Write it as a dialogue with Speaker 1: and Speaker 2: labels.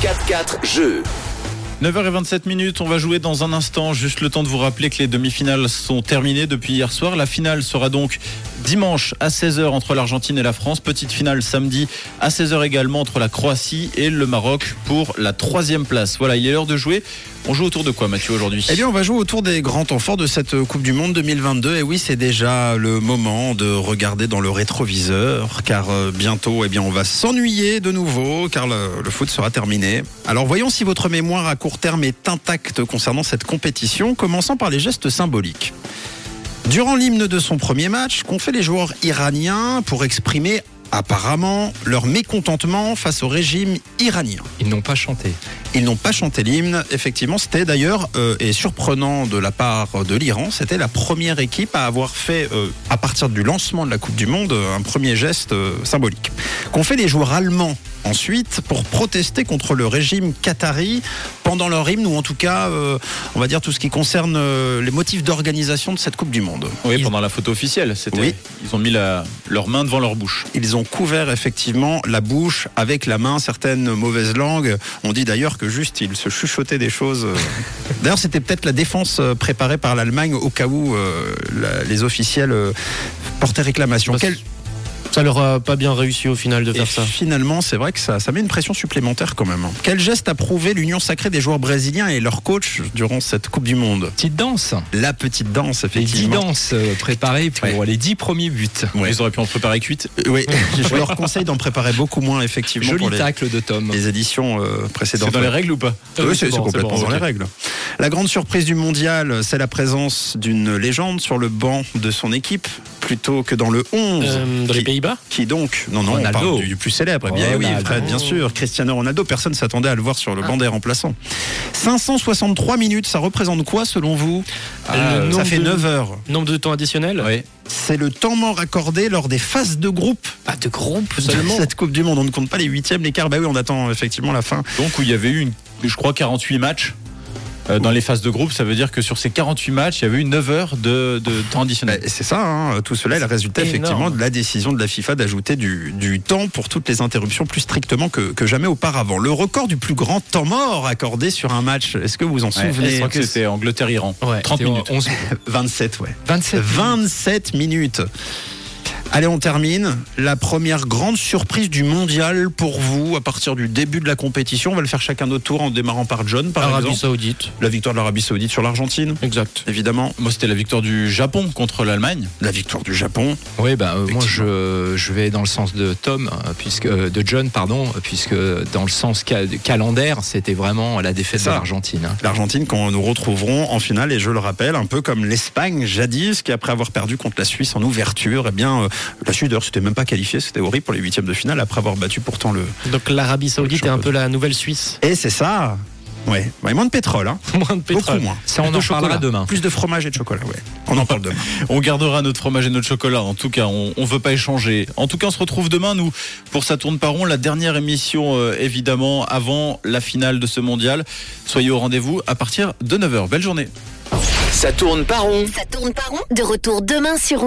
Speaker 1: 4 jeux.
Speaker 2: 9h27 minutes, on va jouer dans un instant. Juste le temps de vous rappeler que les demi-finales sont terminées depuis hier soir. La finale sera donc dimanche à 16h entre l'Argentine et la France. Petite finale samedi à 16h également entre la Croatie et le Maroc pour la troisième place. Voilà, il est l'heure de jouer. On joue autour de quoi, Mathieu, aujourd'hui
Speaker 3: Eh bien, on va jouer autour des grands temps forts de cette Coupe du Monde 2022. Et Eh oui, c'est déjà le moment de regarder dans le rétroviseur, car euh, bientôt, eh bien, on va s'ennuyer de nouveau, car le, le foot sera terminé. Alors, voyons si votre mémoire à court terme est intacte concernant cette compétition, commençant par les gestes symboliques. Durant l'hymne de son premier match, qu'ont fait les joueurs iraniens pour exprimer apparemment leur mécontentement face au régime iranien
Speaker 4: Ils n'ont pas chanté.
Speaker 3: Ils n'ont pas chanté l'hymne. Effectivement, c'était d'ailleurs, euh, et surprenant de la part de l'Iran, c'était la première équipe à avoir fait, euh, à partir du lancement de la Coupe du Monde, euh, un premier geste euh, symbolique. Qu'ont fait les joueurs allemands ensuite pour protester contre le régime qatari pendant leur hymne, ou en tout cas, euh, on va dire tout ce qui concerne euh, les motifs d'organisation de cette Coupe du Monde.
Speaker 2: Oui, pendant la photo officielle, c'était.
Speaker 3: Oui.
Speaker 2: Ils ont mis la- leurs mains devant leur bouche.
Speaker 3: Ils ont couvert effectivement la bouche avec la main, certaines mauvaises langues. On dit d'ailleurs que juste ils se chuchotaient des choses. euh. D'ailleurs, c'était peut-être la défense euh, préparée par l'Allemagne au cas où euh, la- les officiels euh, portaient réclamation.
Speaker 4: Parce-
Speaker 3: Quel-
Speaker 4: Ça leur a pas bien réussi au final de
Speaker 3: Et
Speaker 4: faire ça.
Speaker 3: finalement, c'est vrai que ça, ça met une pression supplémentaire quand même. hein. Quel geste a prouvé l'union sacrée des joueurs brésiliens et leur coach durant cette Coupe du Monde
Speaker 4: Petite danse.
Speaker 3: La petite danse,
Speaker 4: Les 10
Speaker 3: effectivement.
Speaker 4: danses euh, préparées pour
Speaker 3: Ouais.
Speaker 4: les 10 premiers buts.
Speaker 3: Ouais.
Speaker 2: Ils auraient pu en préparer 8.
Speaker 3: Euh, Oui, je leur conseille d'en préparer beaucoup moins, effectivement,
Speaker 4: Joli
Speaker 3: pour les,
Speaker 4: tacle de Tom.
Speaker 3: les éditions euh, précédentes.
Speaker 2: C'est dans les règles ou pas
Speaker 3: Oui, c'est c'est
Speaker 2: bon,
Speaker 3: complètement
Speaker 2: bon,
Speaker 3: dans les
Speaker 2: ok.
Speaker 3: règles. La grande surprise du mondial, c'est la présence d'une légende sur le banc de son équipe plutôt que Euh, dans le 11.
Speaker 4: dans les
Speaker 3: qui,
Speaker 4: Pays-Bas
Speaker 3: qui donc Non, non,
Speaker 4: Euh, Ronaldo.
Speaker 3: on parle du, du plus célèbre. Eh bien oui,
Speaker 4: Ronaldo.
Speaker 3: Fred, bien sûr. Cristiano Ronaldo, personne s'attendait à le voir sur le banc des remplaçants. 563 minutes, ça représente quoi selon vous Ah,
Speaker 4: Le nombre
Speaker 3: Ça fait
Speaker 4: de-
Speaker 3: 9 heures.
Speaker 4: Nombre de temps additionnel
Speaker 2: Oui.
Speaker 3: C'est le temps mort accordé lors des phases de groupe
Speaker 4: Pas de groupe
Speaker 3: de cette Coupe du Monde. On ne compte pas les huitièmes, les quarts. Bah oui, on attend effectivement la fin.
Speaker 2: Donc où il y avait eu, une, je crois, 48 matchs. euh, dans les phases de groupe, ça veut dire que sur ces 48 matchs, il y avait eu 9 heures de, de temps additionnel.
Speaker 3: Bah, c'est ça, hein. tout cela est le résultat
Speaker 4: énorme.
Speaker 3: effectivement de la décision de la FIFA d'ajouter du, du temps pour toutes les interruptions plus strictement que, que jamais auparavant. Le record du plus grand temps mort accordé sur un match, est-ce que vous en
Speaker 2: Ouais, je
Speaker 3: Bah, souvenez
Speaker 2: crois que c'était Angleterre-Iran. 30 minutes.
Speaker 3: 27, ouais.
Speaker 4: 27
Speaker 3: 27 minutes. Allez, on termine. La première grande surprise du mondial pour vous à partir du début de la compétition. On va le faire chacun notre tour en démarrant par John, par
Speaker 4: Arabie
Speaker 3: exemple.
Speaker 4: Saoudite.
Speaker 3: La victoire de l'Arabie Saoudite sur l'Argentine,
Speaker 4: Exact.
Speaker 3: évidemment.
Speaker 2: Moi, c'était la victoire du Japon contre l'Allemagne.
Speaker 3: La victoire du Japon.
Speaker 4: Oui, bah, euh,
Speaker 3: Effectivement.
Speaker 4: moi je, je vais dans le sens de Tom, euh, puisque euh, de John, pardon, puisque dans le sens ca- calendaire, c'était vraiment la défaite
Speaker 3: C'est ça.
Speaker 4: de l'Argentine. hein.
Speaker 3: L'Argentine, quand nous retrouverons en finale, et je le rappelle, un peu comme l'Espagne jadis, qui après avoir perdu contre la Suisse en ouverture, eh bien, euh, la Suisse d'ailleurs s'était même pas qualifiée, c'était horrible pour les huitièmes de finale, après avoir battu pourtant le.
Speaker 5: Donc l'Arabie Saoudite est un peu la nouvelle Suisse.
Speaker 3: Et c'est ça Ouais, ouais, moins de pétrole, hein.
Speaker 5: Moins de pétrole.
Speaker 3: beaucoup moins.
Speaker 4: Ça, on en
Speaker 5: De
Speaker 4: parlera
Speaker 5: chocolat.
Speaker 4: demain.
Speaker 3: Plus de fromage et de chocolat, ouais. On en parle demain.
Speaker 2: On gardera notre fromage et notre chocolat. En tout cas, on, on veut pas échanger. En tout cas, on se retrouve demain, nous, pour Ça tourne par rond. La dernière émission, euh, évidemment, avant la finale de ce mondial. Soyez au rendez-vous à partir de 9h. Belle journée.
Speaker 1: Ça tourne pas rond.
Speaker 6: Ça tourne par rond. De retour demain sur Rouge.